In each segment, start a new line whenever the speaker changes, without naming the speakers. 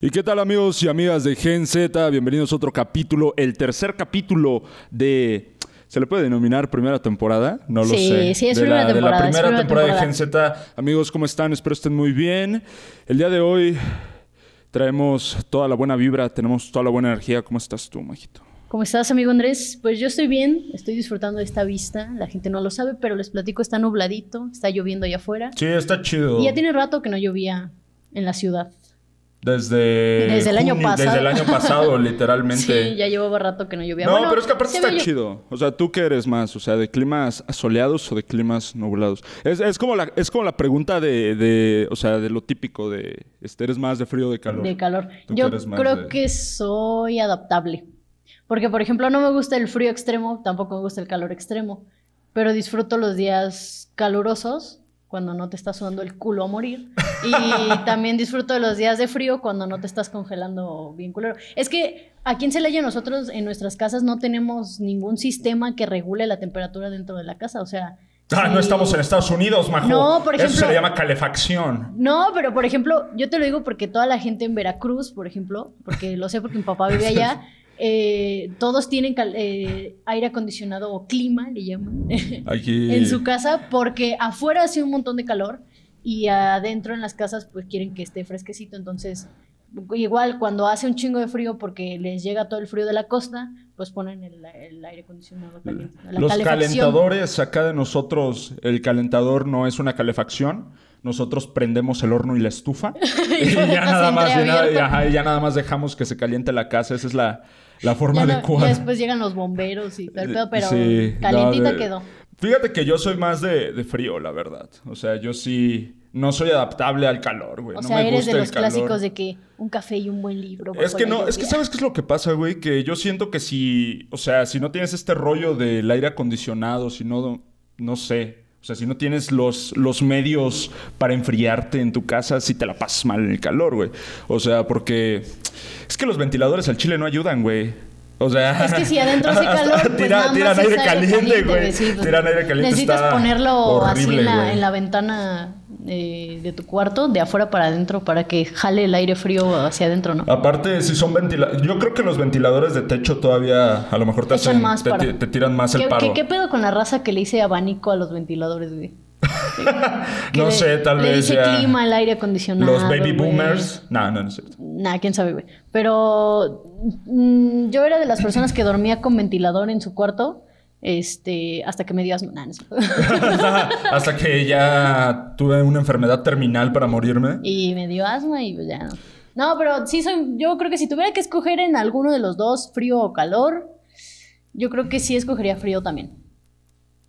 ¿Y qué tal amigos y amigas de Gen Z? Bienvenidos a otro capítulo, el tercer capítulo de... ¿Se le puede denominar primera temporada? No lo
Sí,
sé.
sí, es
De
primera
la, de la
temporada, es
primera
primera
temporada, de
temporada.
Gen Z. Amigos, ¿cómo están? Espero estén muy bien. El día de hoy traemos toda la buena vibra, tenemos toda la buena energía. ¿Cómo estás tú, Majito?
¿Cómo estás, amigo Andrés? Pues yo estoy bien, estoy disfrutando de esta vista. La gente no lo sabe, pero les platico, está nubladito, está lloviendo allá afuera.
Sí, está chido.
Y ya tiene rato que no llovía en la ciudad.
Desde...
Desde el año junio- pasado. desde el año
pasado, literalmente.
Sí, ya llevaba rato que no llovía.
No,
Bueno,
pero es que aparte
se
está
veía-
chido. O sea, ¿tú qué eres más? O sea, ¿de climas soleados o de climas nublados? Es, es como, la, es como la pregunta de, de, o sea, de lo típico de, este, ¿eres más de frío o de calor?
De calor.
Tú que
Yo
eres más
creo
de-
que soy adaptable. Porque, por ejemplo, no me gusta el frío extremo, tampoco me gusta el calor extremo. Pero disfruto los días calurosos, cuando no te estás sudando el culo a morir. Y también disfruto de los días de frío, cuando no te estás congelando bien culero. Es que aquí en Celaya nosotros en nuestras casas no tenemos ningún sistema que regule la temperatura dentro de la casa. O sea...
Ah, no
si-
estamos en Estados Unidos, majo.
No, por
Eso se
ejemplo-
le llama calefacción.
No, pero por ejemplo, yo te lo digo porque toda la gente en Veracruz, por ejemplo, porque lo sé porque mi papá vive allá, eh, todos tienen cal- eh, aire acondicionado o clima, le llaman,
Aquí...
en su casa, porque afuera hace un montón de calor y adentro en las casas pues quieren que esté fresquecito, entonces igual cuando hace un chingo de frío porque les llega todo el frío de la costa, pues ponen el, el aire acondicionado caliente. ¿no? La
Los
calefacción.
calentadores acá de nosotros, el calentador no es una calefacción. Nosotros prendemos el horno y la estufa. y,
lo
ya
dejas
nada más, y nada, y
entreabierto.
ajá, y ya nada más dejamos que se caliente la casa. Esa es la, la forma
Ya no-
adecuada.
ya después llegan los bomberos y todo el pedo, pero
Sí,
calientita
no, de-
quedó.
Fíjate que yo soy más de, de frío, la verdad. O sea, yo sí no soy adaptable al calor, güey.
O
no
sea,
me
eres
gusta
de
el
los
calor.
clásicos de que un café y un buen libro.
Es
bajo
que
la
no, es que
lluvia.
sabes qué es lo que pasa, güey, que yo siento que si, o sea, si no tienes este rollo del aire acondicionado, si no, no sé, o sea, si no tienes los, los medios para enfriarte en tu casa, si te la pasas mal en el calor, güey. O sea, porque es que los ventiladores al chile no ayudan, güey. O sea,
Es que si adentro hace calor, pues
Tira-
nada más
tiran
es
aire caliente,
güey,
güey.
sí, pues,
tiran aire caliente.
Necesitas
está
ponerlo así
horrible,
en la,
güey.
en la ventana eh, de tu cuarto, de afuera para adentro, para que jale el aire frío hacia adentro,
Ah,
¿no?
Aparte, si son ventiladores. Yo creo que los ventiladores de techo todavía a lo mejor te,
Echan
hacen-
más
te,
paro.
ti- te tiran más
¿Qué,
el paro.
qué- qué pedo con la raza que le hice abanico a los ventiladores, güey? Que
no
le-
sé, tal
le
vez.
dice
ya
clima, el aire acondicionado.
Los baby
güey.
boomers. No, no, no es cierto.
Nah, quién sabe, güey. Pero mm, yo era de las personas que dormía con ventilador en su cuarto. Este, hasta que me dio asma. Nah, no es cierto.
Hasta que ya tuve una enfermedad terminal para morirme.
y me dio asma y pues ya no. No, pero sí soy, yo creo que si tuviera que escoger en alguno de los dos, frío o calor, yo creo que sí escogería frío también.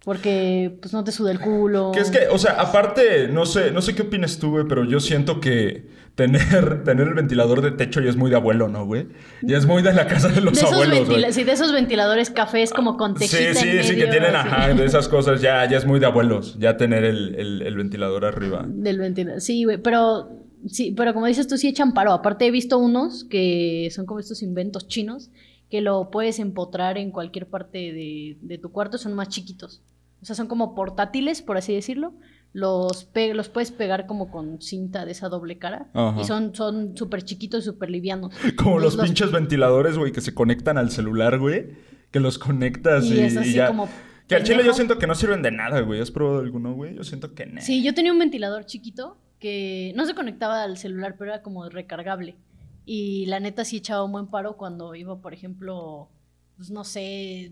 Porque pues no te suda el culo.
Que es que, o sea, aparte, no sé, no sé qué opinas tú, güey, pero yo siento que tener, tener el ventilador de techo ya es muy de abuelo, ¿no, güey? Ya es muy de la casa de los
de esos,
abuelos, güey.
ventila- sí, de esos ventiladores cafés como con tejita
Sí,
en
sí, sí, que
medio,
tienen,
así.
ajá, de esas cosas, ya, ya es muy de abuelos, ya tener el, el- el ventilador arriba.
Del ventilador. Sí, güey, pero sí, pero como dices tú sí echan paro. Aparte he visto unos que son como estos inventos chinos que lo puedes empotrar en cualquier parte de, de tu cuarto, son más chiquitos. O sea, son como portátiles, por así decirlo. Los, pe- los puedes pegar como con cinta de esa doble cara.
Ajá.
Y son son súper chiquitos y súper livianos.
Como los,
Entonces,
pinches ventiladores, güey, que se conectan al celular, güey, que los conectas
Y
Ah, y,
es
y
así
ya.
como
Que al chile
pendejo.
yo siento que no sirven de nada, güey. ¿Has probado alguno, güey? Yo siento que nah.
Sí, yo tenía un ventilador chiquito que no se conectaba al celular, pero era como recargable. Y la neta sí echaba un buen paro cuando iba, por ejemplo, pues no sé,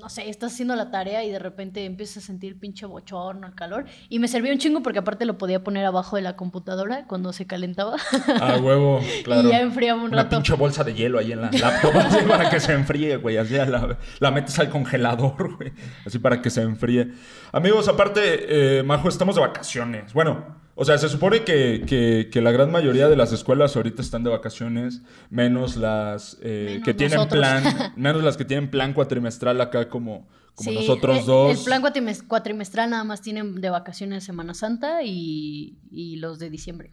no sé, estás haciendo la tarea y de repente empiezas a sentir pinche bochorno, el calor. Y me servía un chingo porque aparte lo podía poner abajo de la computadora cuando se calentaba.
Ah, huevo, claro.
y ya enfriaba un
Una
rato.
pinche bolsa de hielo ahí en la laptop así para que se enfríe, güey. Así a la, la metes al congelador, güey. Así para que se enfríe. Amigos, aparte, eh, Majo, estamos de vacaciones. Bueno, o sea, se supone que, que- que la gran mayoría de las escuelas ahorita están de vacaciones, menos las eh,
Menos
que tienen
nosotros.
plan, menos las que tienen plan cuatrimestral acá como, como
Sí,
nosotros
el-
dos.
El plan cuatrimes- cuatrimestral nada más tienen de vacaciones Semana Santa y, y los de diciembre.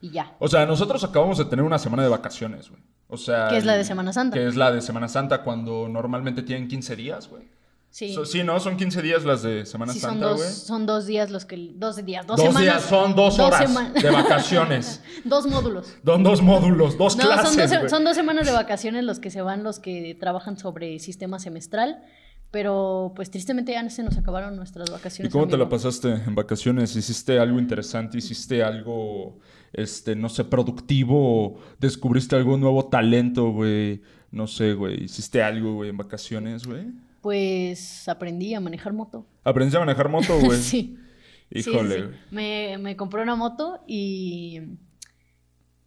Y ya.
O sea, nosotros acabamos de tener una semana de vacaciones, güey. O sea.
Que es la de
el-
Semana Santa.
Que es la de Semana Santa, cuando normalmente tienen 15 días, güey.
Sí.
So- sí, ¿no? Son 15 días las de Semana
Sí, son,
Santa,
dos,
güey.
son dos días los que... Dos días, dos,
Dos
semanas.
días, son dos horas
sema-
de vacaciones.
dos módulos.
Don dos módulos, dos
No,
clases.
son,
güey.
dos, son dos semanas de vacaciones los que se van, los que trabajan sobre sistema semestral. Pero pues tristemente ya se nos acabaron nuestras
¿Y
vacaciones.
cómo te la
amigo.
pasaste en vacaciones? ¿Hiciste algo interesante? ¿Hiciste algo, este, no sé, productivo? ¿Descubriste algún nuevo talento, güey? No sé, güey. ¿Hiciste algo, güey, en vacaciones, güey?
Pues aprendí a manejar moto.
¿Aprendiste a manejar moto, güey?
sí. Sí, sí,
Híjole,
sí.
güey.
Me, me compré una moto y.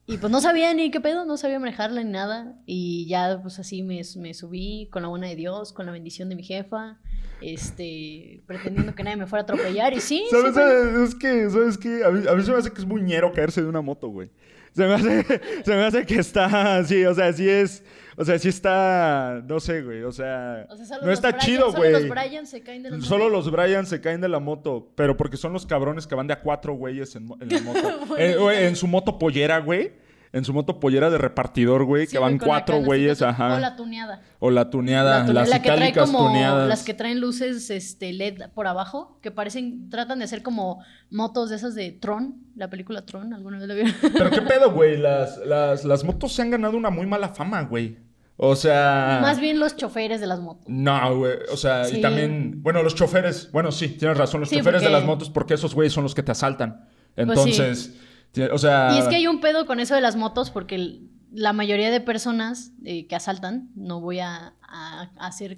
Y pues no sabía ni qué pedo, no sabía manejarla ni nada. Y ya, pues así me, me subí con la buena de Dios, con la bendición de mi jefa, este, pretendiendo que nadie me fuera a atropellar. Y sí, sí,
¿Sabes?
fue-
¿Sabes? Es que, ¿sabes qué? A mí, a mí se me hace que es buñero caerse de una moto, güey. Se me hace, se me hace que está, sí, o sea, sí es, o sea, sí está, no sé, güey, o sea,
o sea, solo
no
los
está
Brian-
chido,
solo
güey.
Los Brian se caen de la
Solo
moto.
los Brian se caen de la moto, pero porque son los cabrones que van de a cuatro güeyes en, mo- en la moto. Eh, güey, en su moto pollera, güey. En su moto pollera de repartidor, güey,
Sí,
que
güey,
van
con la
cuatro
canastita
güeyes,
azul
ajá.
O la tuneada.
tuneada,
tune-
las
la que trae
itálicas
como-
tuneadas.
Las que traen luces este, LED por abajo, que parecen, tratan de hacer como motos de esas de Tron, la película Tron, alguna vez la vieron.
Pero qué pedo, güey. Las, las, las motos se han ganado una muy mala fama, güey. O sea.
Más bien los choferes de las motos.
No, güey. O sea,
Sí.
y también. Bueno, los choferes. Bueno, sí, tienes razón. Los
Sí,
choferes de
porque-
las motos, porque esos güeyes son los que te asaltan.
Pues sí.
Entonces. ti- O sea.
Y es que hay un pedo con eso de las motos porque el- la mayoría de personas eh, que asaltan, no voy a, a- a hacer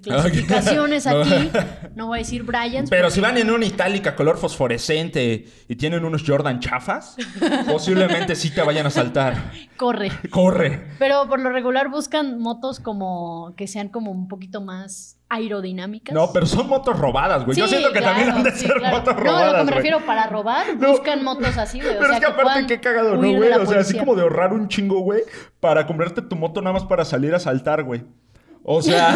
clasificaciones
No.
aquí, no voy a decir Bryans.
Pero si van en una itálica color fosforescente y tienen unos Jordan chafas, posiblemente sí te vayan a saltar.
porque corre.
Corre.
Pero por lo regular buscan motos como que sean como un poquito más aerodinámicas.
No, pero son motos robadas, güey. Yo
Sí,
siento que
claro,
también han de
sí,
ser
claro.
motos
No,
robadas.
a lo que me
güey.
refiero, para robar,
No.
buscan motos así, güey. o
Pero
sea,
es que aparte,
puedan
qué cagado, ¿no,
huir de
güey?
la
O sea, así
policía.
como de ahorrar un chingo, güey, para comprarte tu moto nada más para salir a saltar, güey. O sea,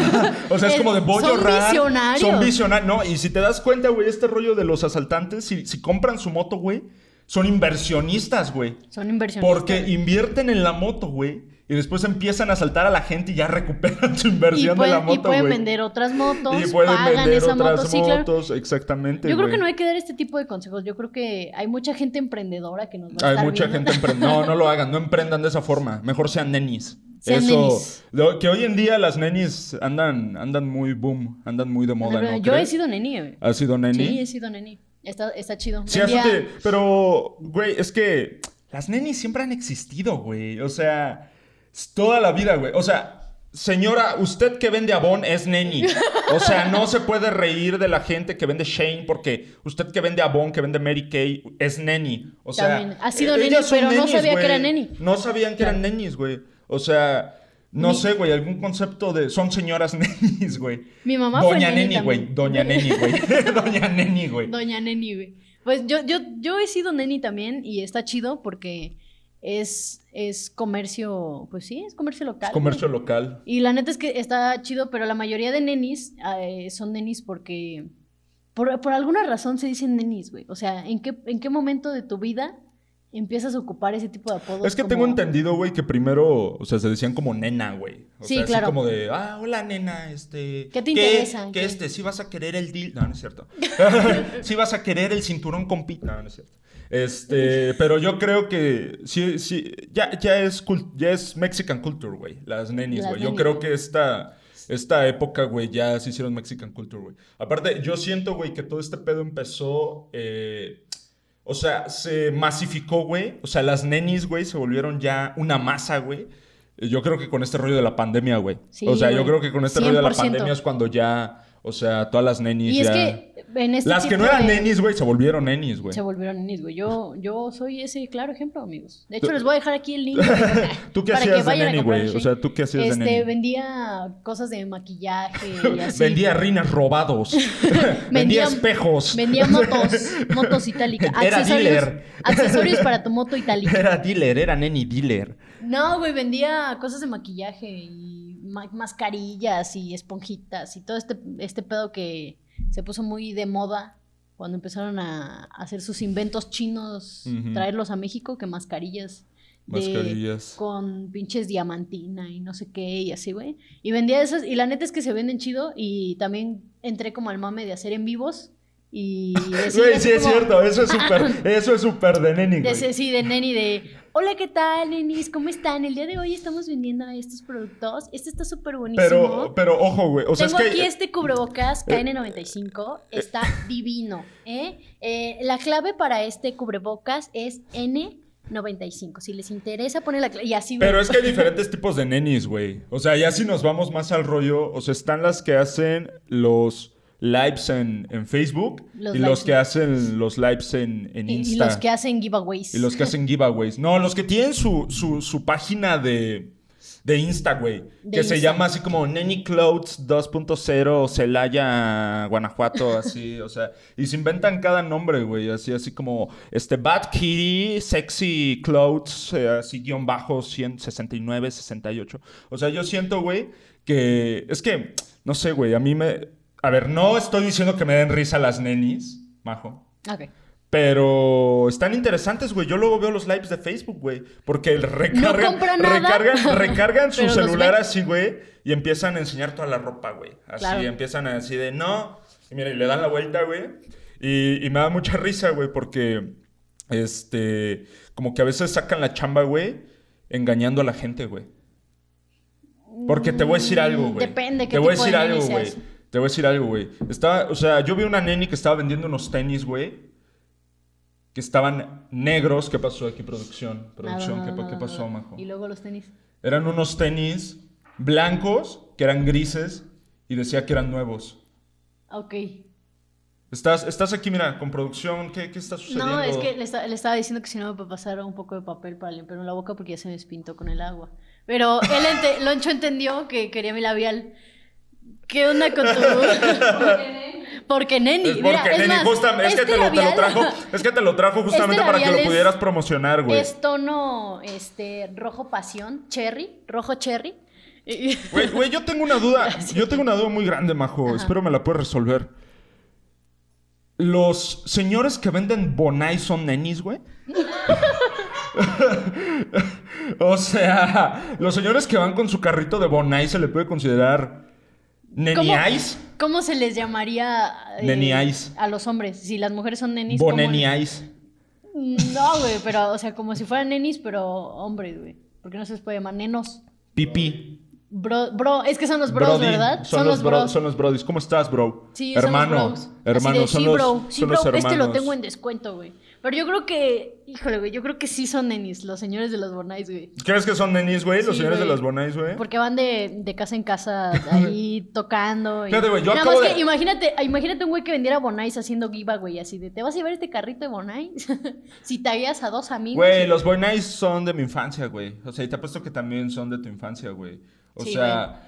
o sea, es
Es-
como de voy a
son
ahorrar.
visionarios.
Son visionarios. No, y si te das cuenta, güey, este rollo de los asaltantes, si, si compran su moto, güey, son inversionistas, güey.
Son inversionistas.
Porque invierten en la moto, güey. Y después empiezan a saltar a la gente y ya recuperan su
y
inversión
pueden,
de la
y
moto,
pueden
güey.
vender otras motos,
Y pueden
pagan
vender
esa
otras
moto, sí, claro.
motos, exactamente.
Yo creo que
güey.
no hay que dar este tipo de consejos. Yo creo que hay mucha gente emprendedora que nos va a
Hay
estar
mucha
viendo.
gente emprendedora. No, no lo hagan, no emprendan de esa forma. Mejor sean nenis.
Sean
Eso,
nenis.
lo- que hoy en día las nenis andan, andan muy boom, andan muy de moda. ¿no
Yo he
crees?
sido neni, güey.
¿Has sido neni?
Sí, he sido neni. Está, está chido.
Sí,
Un
eso
día-
te- pero, güey, es que las nenis siempre han existido, güey. O sea, s- toda la vida, güey. O sea, señora, usted que vende Avon es neni. O sea, no se puede reír de la gente que vende Shane porque usted que vende Avon, que vende Mary Kay, es neni. O sea,
También. Ha sido
eh,
neni,
ellas son
pero no sabía que
güey.
era neni.
No sabían que eran nenis, güey. O sea, no sé, güey, algún concepto de son señoras nenis, güey.
Mi mamá fue
Doña
neni
Neni, güey.
también.
Doña Neni, güey. Doña Neni, güey.
Doña Neni, güey. Pues yo, yo, yo he sido neni también y está chido porque es, es comercio, pues sí, es comercio local.
Es comercio
güey.
local.
Y la neta es que está chido, pero la mayoría de nenis eh, son nenis porque por, por alguna razón se dicen nenis, güey. O sea, ¿en qué, ¿en qué momento de tu vida empiezas a ocupar ese tipo de apodos?
Es que
como-
tengo entendido, güey, que primero, o sea, se decían como nena, güey. O
Sí,
sea, así
claro.
como de, ah, hola, nena, este...
¿Qué te interesa?
Que
¿Qué?
este, si vas a querer el deal... No, no es cierto. si vas a querer el cinturón con pit... No, no es cierto. Este, pero yo creo que sí, sí, ya, ya es, cul- ya es Mexican culture, güey, las nenis,
Las
güey. Yo
nenis.
creo que esta, esta época, güey, ya se hicieron Mexican culture, güey. Aparte, yo siento, güey, que todo este pedo empezó... eh, o sea, se masificó, güey. O sea, las nenis, güey, se volvieron ya una masa, güey. Yo creo que con este rollo de la pandemia, güey.
Sí,
o sea, yo
güey.
creo que con este rollo de la
100%.
pandemia es cuando ya, o sea, todas las nenis
Y es
ya...
que en este
las que
tipo
no eran
de-
nenis, güey, se volvieron nenis, güey.
Se volvieron nenis, güey. Yo, yo soy ese claro ejemplo, amigos. De hecho, les voy a dejar aquí el link
¿Tú qué
para
hacías
que
de
vayan a
neni,
comprar el
güey? O
shake.
sea, ¿tú qué hacías de
Este,
neni?
vendía cosas de maquillaje y así.
Vendía rines robados. vendía,
Vendía-
espejos.
Vendía motos, motos itálicas.
Era
accesorios,
dealer.
accesorios para tu moto itálica.
Era dealer, era neni dealer.
No, güey, vendía cosas de maquillaje y ma- mascarillas y esponjitas y todo este, este pedo que se puso muy de moda cuando empezaron a hacer sus inventos chinos,
Ujú.
traerlos a México, que mascarillas de,
Mascarillas.
con pinches diamantina y no sé qué y así, güey. Y vendía esas, y la neta es que se venden chido y también entré como al mame de hacer en vivos y... decir
Güey,
así
sí es
como-
cierto, eso es súper, eso es súper de neni,
de
güey.
ese- sí, de neni de, hola, ¿qué tal, nenis? ¿Cómo están? El día de hoy estamos vendiendo estos productos. Este está súper buenísimo.
Pero, pero ojo, güey. O sea,
Tengo
es que. eh,
aquí este cubrebocas KN95, está divino. ¿eh? Eh, la clave para este cubrebocas es N95. Si les interesa, ponen la clave. Y así, güey.
Pero es que hay diferentes tipos de nenis, güey. O sea, ya si nos vamos más al rollo, o sea, están las que hacen los lives en, en Facebook
Los
y los
lives.
que hacen los lives en, en
Y-
Insta.
Y, los que hacen giveaways.
Y los que hacen giveaways. No, los que tienen su, su, su página de, de Insta, güey. Que
De
se
Insta.
llama así como Nanny Clouds 2.0 Celaya, Guanajuato, así, o sea. Y se inventan cada nombre, güey. Así, así como, este, Bad Kitty, Sexy Clouds, eh, así guión bajo, 169, 68. O sea, yo siento, güey, que... Es que, no sé, güey, a mí me... A ver, no estoy diciendo que me den risa las nenis, majo.
Ok.
Pero están interesantes, güey. Yo luego veo los lives de Facebook, güey. Porque el recargan,
compra nada.
recargan, recargan su
Pero los
celular
ve.
así, güey. Y empiezan a enseñar toda la ropa, güey. Así,
Claro.
empiezan a decir de no. Y mira, y le dan la vuelta, güey. Y, y me da mucha risa, güey, porque este. Como que a veces sacan la chamba, güey, engañando a la gente, güey. Porque te voy a decir algo, güey.
Mm, Depende qué
Te voy a
tipo
decir
de
algo,
nene
güey.
seas.
Te voy a decir algo, güey. Estaba, o sea, yo vi una neni que estaba vendiendo unos tenis, güey. Que estaban negros. ¿Qué pasó aquí, producción? Producción,
Nada,
¿qué,
nada,
pa- qué
nada,
pasó,
nada.
majo?
Y luego los tenis.
Eran unos tenis blancos que eran grises y decía que eran nuevos.
Ok.
Estás, estás aquí, mira, con producción. ¿Qué, qué está sucediendo?
No, es que le, esta- le estaba diciendo que si no me puede pasar un poco de papel para limpiarme la boca porque ya se me despintó con el agua. Pero él ente- Loncho entendió que quería mi labial. ¿Qué onda con tu...? porque Neni.
Es porque,
Mira, es
neni,
más,
justa- es que
este
te lo, te lo
labial-
trajo, es que te lo trajo justamente para que
labial
lo
es-
pudieras promocionar, güey.
Es tono este, rojo pasión, cherry, rojo cherry. Y-
Güey, güey, yo tengo una duda. Yo tengo una duda muy grande, Majo. Espero me la puedas resolver. Los señores que venden Bonai son nenis, güey. o sea, los señores que van con su carrito de Bonai se le puede considerar
¿Cómo,
neniais.
cómo se les llamaría eh,
Neniais.
a los hombres? Si las mujeres son nenis. ¿cómo-
Boneniais.
No, güey, pero, o sea, como si fueran nenis, pero hombres, güey. Porque no se les puede llamar nenos.
Pipí.
Bro, bro, es que son los bros,
Brody.
¿verdad?
Son, los bro- son los brodis. ¿Cómo estás, bro?
Sí,
hermano.
son los bros. Así
Hermano,
de,
son
sí,
los,
bro, sí,
son
bro,
los hermanos.
Este lo tengo en descuento, güey. Pero yo creo que, híjole, güey, yo creo que sí son nenis, los señores de los Bonais, güey.
¿Crees que son nenis, güey? Los
Sí,
señores
güey.
de las Bonais, güey.
Porque van de, de casa en casa ahí tocando. Y...
Fíjate, güey, yo
Nada
acabo
más
de-
que imagínate, imagínate un güey que vendiera Bonais haciendo giveaway así de, ¿te vas a llevar este carrito de Bonais? si tagueas a dos amigos.
Güey, los Boy Nice son de mi infancia, güey. O sea, y te apuesto que también son de tu infancia, güey. O
Sí,
sea,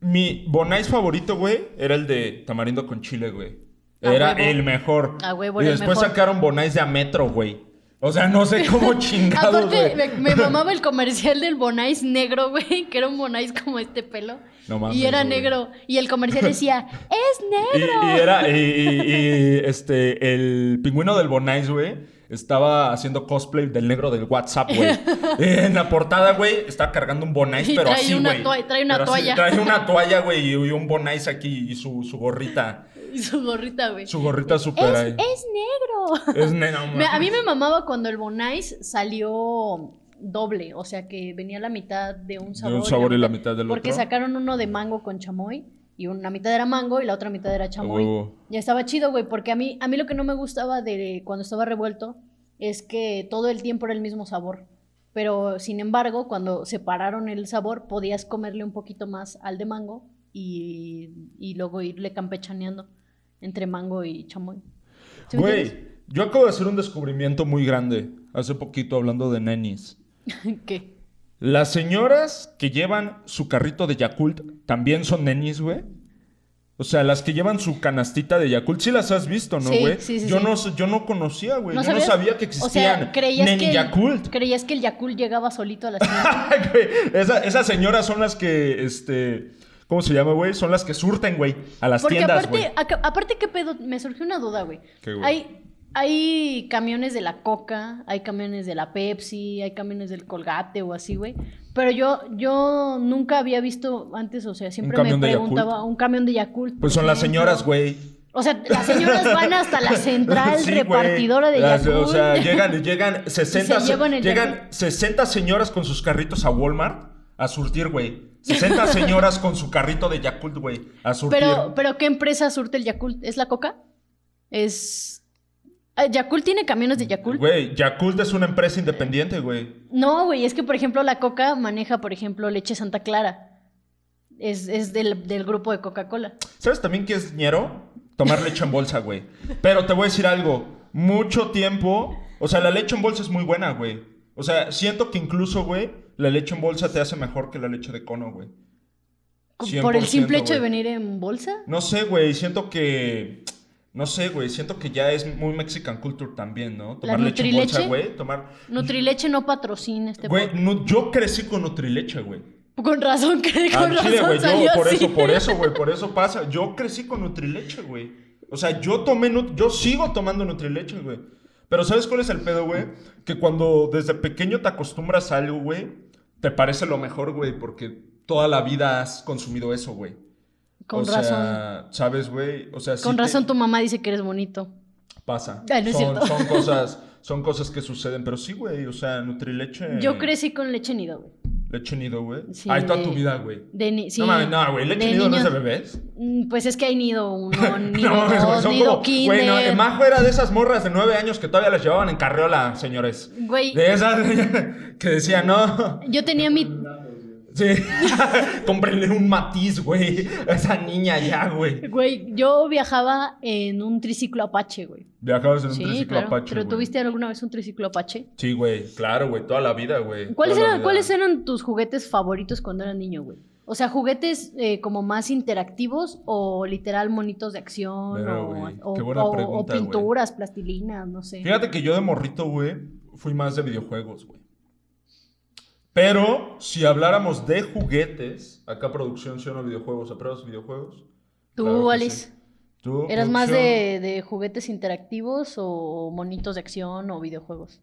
mi Boy Nice favorito, güey, era el de Tamarindo con Chile, güey.
A
Era
Ah, huevo.
el mejor.
A huevo,
y
era el
después
mejor.
sacaron Bon Nice de a metro, güey. O sea, no sé cómo chingados,
Aparte,
güey.
me, me mamaba el comercial del Bonais negro, güey, que era un Bonais como este pelo.
No mames,
y era
güey.
negro. Y el comercial decía, ¡es
Y,
negro!
y era, y, y- y, este, el pingüino del Bonais, güey, estaba haciendo cosplay del negro del WhatsApp, güey. Eh, en la portada, güey, estaba cargando un Bonais,
Y
pero
trae
así,
una
güey.
toa- trae una
Pero así,
toalla.
trae una toalla, güey, y, y un Bonais aquí y su, su gorrita.
Y su gorrita, güey.
Su gorrita super
es,
ahí. Eh,
es negro.
Es ne- no,
Me- a mí me mamaba cuando el Bonais salió doble, o sea que venía la mitad de un sabor.
sabor y la mitad del
Porque
otro.
sacaron uno de mango con chamoy y una mitad era mango y la otra mitad era chamoy.
huevo.
Y estaba chido, güey, porque a mí, a mí lo que no me gustaba de cuando estaba revuelto es que todo el tiempo era el mismo sabor. Pero sin embargo, cuando separaron el sabor, podías comerle un poquito más al de mango y, y luego irle campechaneando entre mango y chamoy. ¿Sí me entiendes?
Güey, yo acabo de hacer un descubrimiento muy grande hace poquito hablando de nenis.
¿Qué?
Las señoras que llevan su carrito de Yakult también son nenis, güey. O sea, las que llevan su canastita de Yakult, sí las has visto, ¿no,
Sí,
güey?
sí, sí,
yo
sí.
no s- yo no conocía, güey. yo
sabías?
no sabía que
O
existían
sea, creías
neni
que el,
Yakult.
creías que el Yakult llegaba solito a la tienda.
Güey, esa- esas señoras son las que este ¿cómo se llama, güey? Son las que surten, güey, a las
Porque
tiendas,
aparte,
güey.
aca- aparte qué pedo, me surgió una duda, güey.
¿Qué, güey?
Hay hay camiones de la Coca, hay camiones de la Pepsi, hay camiones del Colgate o así, güey. Pero yo, yo nunca había visto antes, o sea, siempre me
camión de
preguntaba
Yakult?
un camión de Yakult.
Pues son
por
las
ejemplo.
señoras, güey.
O sea, las señoras van hasta la central
Sí, güey.
repartidora de
Las-
Yakult.
O sea, llegan, llegan 60,
se llevan el
llegan
Yakult.
60 señoras con sus carritos a Walmart a surtir, güey. 60 señoras con su carrito de Yakult, güey, a surtir.
pero, pero, ¿qué empresa surte el Yakult? ¿Es la Coca? Es... Ah, ¿Yakult tiene camiones de Yakult?
Güey, Yakult es una empresa independiente, güey.
No, güey, es que, por ejemplo, la Coca maneja, por ejemplo, leche Santa Clara. Es, es del, del grupo de Coca-Cola.
¿Sabes también qué es ñero? Tomar leche en bolsa, güey. Pero te voy a decir algo. Mucho tiempo. O sea, la leche en bolsa es muy buena, güey. O sea, siento que incluso, güey, la leche en bolsa te hace mejor que la leche de cono, güey.
Co- Por el
100%,
simple hecho de
güey.
venir en bolsa.
No sé, güey. Siento que. No sé, güey. Siento que ya es muy Mexican culture también, ¿no? Tomar
¿La
leche en bolsa,
Nutrileche?
güey. Tomar.
Nutrileche no patrocina este
Güey,
podcast.
no- yo crecí con Nutrileche, güey.
Con razón, que con
Al
razón
Ah, chile, güey.
salió
Yo, por
así.
eso, por eso, güey. Por eso pasa. Yo crecí con Nutrileche, güey. O sea, yo tomé. nut- Yo sigo tomando Nutrileche, güey. Pero ¿sabes cuál es el pedo, güey? Que cuando desde pequeño te acostumbras a algo, güey, te parece lo mejor, güey, porque toda la vida has consumido eso, güey.
Con
o
razón.
sea, ¿sabes, güey? O sea, sí
con
te-
razón tu mamá dice que eres bonito.
pasa.
Ay, Ah, no es
son,
cierto.
son cosas, son cosas que suceden, pero sí, güey, o sea, Nutrileche.
Yo crecí con leche nido, güey.
Leche nido, güey.
Sí,
Ahí toda
de-
tu vida, güey.
De ni- sí,
No mames, no, güey, leche
de
nido no es
niño-
de bebés.
Mm, Pues es que hay nido uno, nido
no, mames, güey,
dos,
son
nido
como,
kinder.
güey, no, eh, Majo era de esas morras de nueve años que todavía las llevaban en carriola, señores.
Güey.
De esas que decían, no,
Yo tenía mi...
sí, comprenle un matiz, güey, a esa niña ya, güey.
Güey, yo viajaba en un triciclo Apache, güey.
Viajabas en un
Sí,
triciclo
claro.
Apache,
¿Pero
güey.
tuviste alguna vez un triciclo Apache?
Sí, güey, claro, güey, toda la vida, güey.
¿Cuáles
toda la
eran,
vida.
¿Cuáles eran tus juguetes favoritos cuando eras niño, güey? O sea, juguetes eh, como más interactivos o literal monitos de acción
Verga,
o,
güey.
o-
Qué buena
o- o
pregunta, güey.
pinturas, plastilinas, no sé.
Fíjate que yo de morrito, güey, fui más de videojuegos, güey. Pero si habláramos de juguetes, acá producción sí o no videojuegos, ¿apruebas videojuegos?
Tú,
Claro que
Alice,
sí. ¿Tú,
¿eras más
producción?
de, de juguetes interactivos o monitos de acción o videojuegos?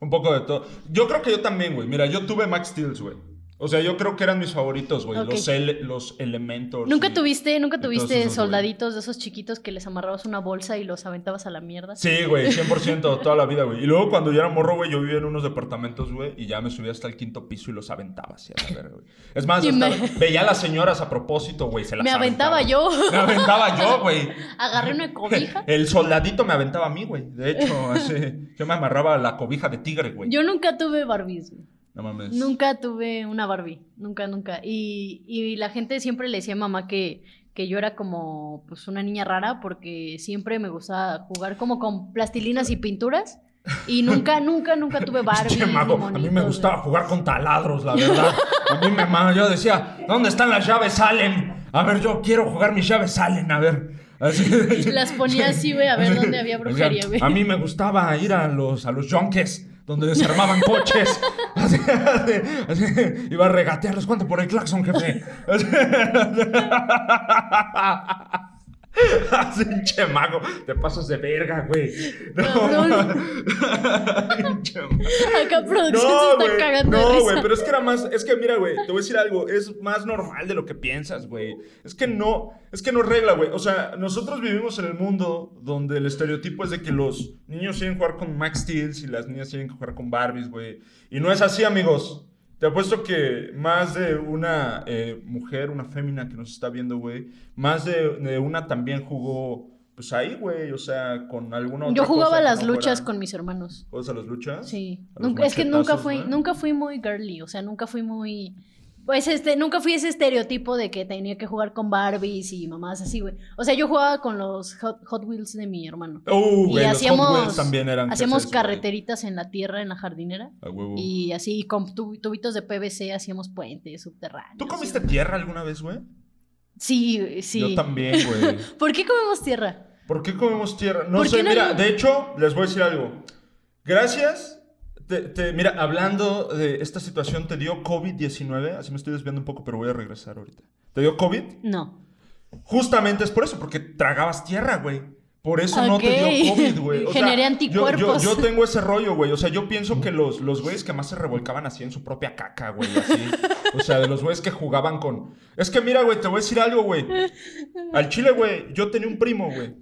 Un poco de todo. Yo creo que yo también, güey. Mira, yo tuve Max Steels, güey. O sea, yo creo que eran mis favoritos, güey.
Ok.
Los, ele- los elementos.
¿Nunca tuviste, nunca
de todos
tuviste
esos, güey.
soldaditos de esos chiquitos que les amarrabas una bolsa y los aventabas a la mierda?
Sí, güey, 100% toda la vida, güey. Y luego cuando yo era morro, güey, yo vivía en unos departamentos, güey, y ya me subía hasta el quinto piso y los aventaba así a la verga, güey. Es más,
Y
hasta
me-
veía a las señoras a propósito, güey, se las
Me aventaba yo.
Me aventaba yo, güey.
Agarré una cobija.
El soldadito me aventaba a mí, güey. De hecho, así, yo me amarraba a la cobija de tigre, güey.
Yo nunca tuve Barbies, güey.
No mames.
Nunca tuve una Barbie, nunca, nunca. Y, y la gente siempre le decía a mamá que, que yo era como pues una niña rara porque siempre me gustaba jugar como con plastilinas y pinturas. Y nunca, nunca, nunca tuve Barbie.
Che, mago, a mí me gustaba jugar con taladros, la verdad. A mí me mamá, yo decía, ¿dónde están las llaves Allen? A ver, yo quiero jugar mis llaves Allen, a ver. Así.
Las ponía así, güey, a ver dónde había brujería, güey.
A mí me gustaba ir a los, a los yonques, donde desarmaban coches. Así, así, así, iba a regatearles, ¿cuánto por el claxon, jefe? Así, así, che, mago, te pasas de verga, güey.
Cabrón.
Che, mago.
Acá producción se
No,
está
güey.
cagando de
No,
risa.
güey, pero es que era más. Es que mira, güey, te voy a decir algo. Es más normal de lo que piensas, güey. Es que no. Es que no regla, güey. O sea, nosotros vivimos en el mundo donde el estereotipo es de que los niños tienen que jugar con Max Steels y las niñas tienen que jugar con Barbies, güey. Y no es así, amigos. Te apuesto que más de una eh, mujer, una fémina que nos está viendo, güey, más de, de una también jugó, pues ahí, güey, o sea, con alguna otra
Yo jugaba
cosa que
las
no
luchas
fuera-
con mis hermanos.
¿Juegas a las luchas?
Sí,
A los
nunca- es que nunca
machetazos,
fui,
¿no?
nunca fui muy girly, o sea, nunca fui muy pues este, nunca fui ese estereotipo de que tenía que jugar con Barbies y mamás así, güey. O sea, yo jugaba con los Hot, Hot Wheels de mi hermano.
Uh,
y
güey, los
hacíamos,
Hot Wheels también eran
hacíamos
cassettes, güey.
carreteritas en la tierra, en la jardinera.
A huevo.
Y así, con tu- tubitos de PVC hacíamos puentes subterráneos.
¿Tú comiste tierra alguna vez, güey?
Sí, güey, sí.
Yo también, güey.
¿Por qué comemos tierra?
¿Por qué comemos tierra? No
¿Por qué
sé,
no
mira,
hay-
de hecho, les voy a decir algo. Gracias. Te, te- mira, hablando de esta situación, te dio COVID-19. Así me estoy desviando un poco, pero voy a regresar ahorita. ¿Te dio COVID?
No.
Justamente es por eso, porque tragabas tierra, güey. Por eso no te
Ok.
dio COVID, güey. O sea,
Generé
yo-
anticuerpos.
Yo, yo tengo ese rollo, güey. O sea, yo pienso que los, los güeyes que más se revolcaban así en su propia caca, güey. Así. O sea, de los güeyes que jugaban con. Es que mira, güey, te voy a decir algo, güey. Al chile, güey, yo tenía un primo, güey,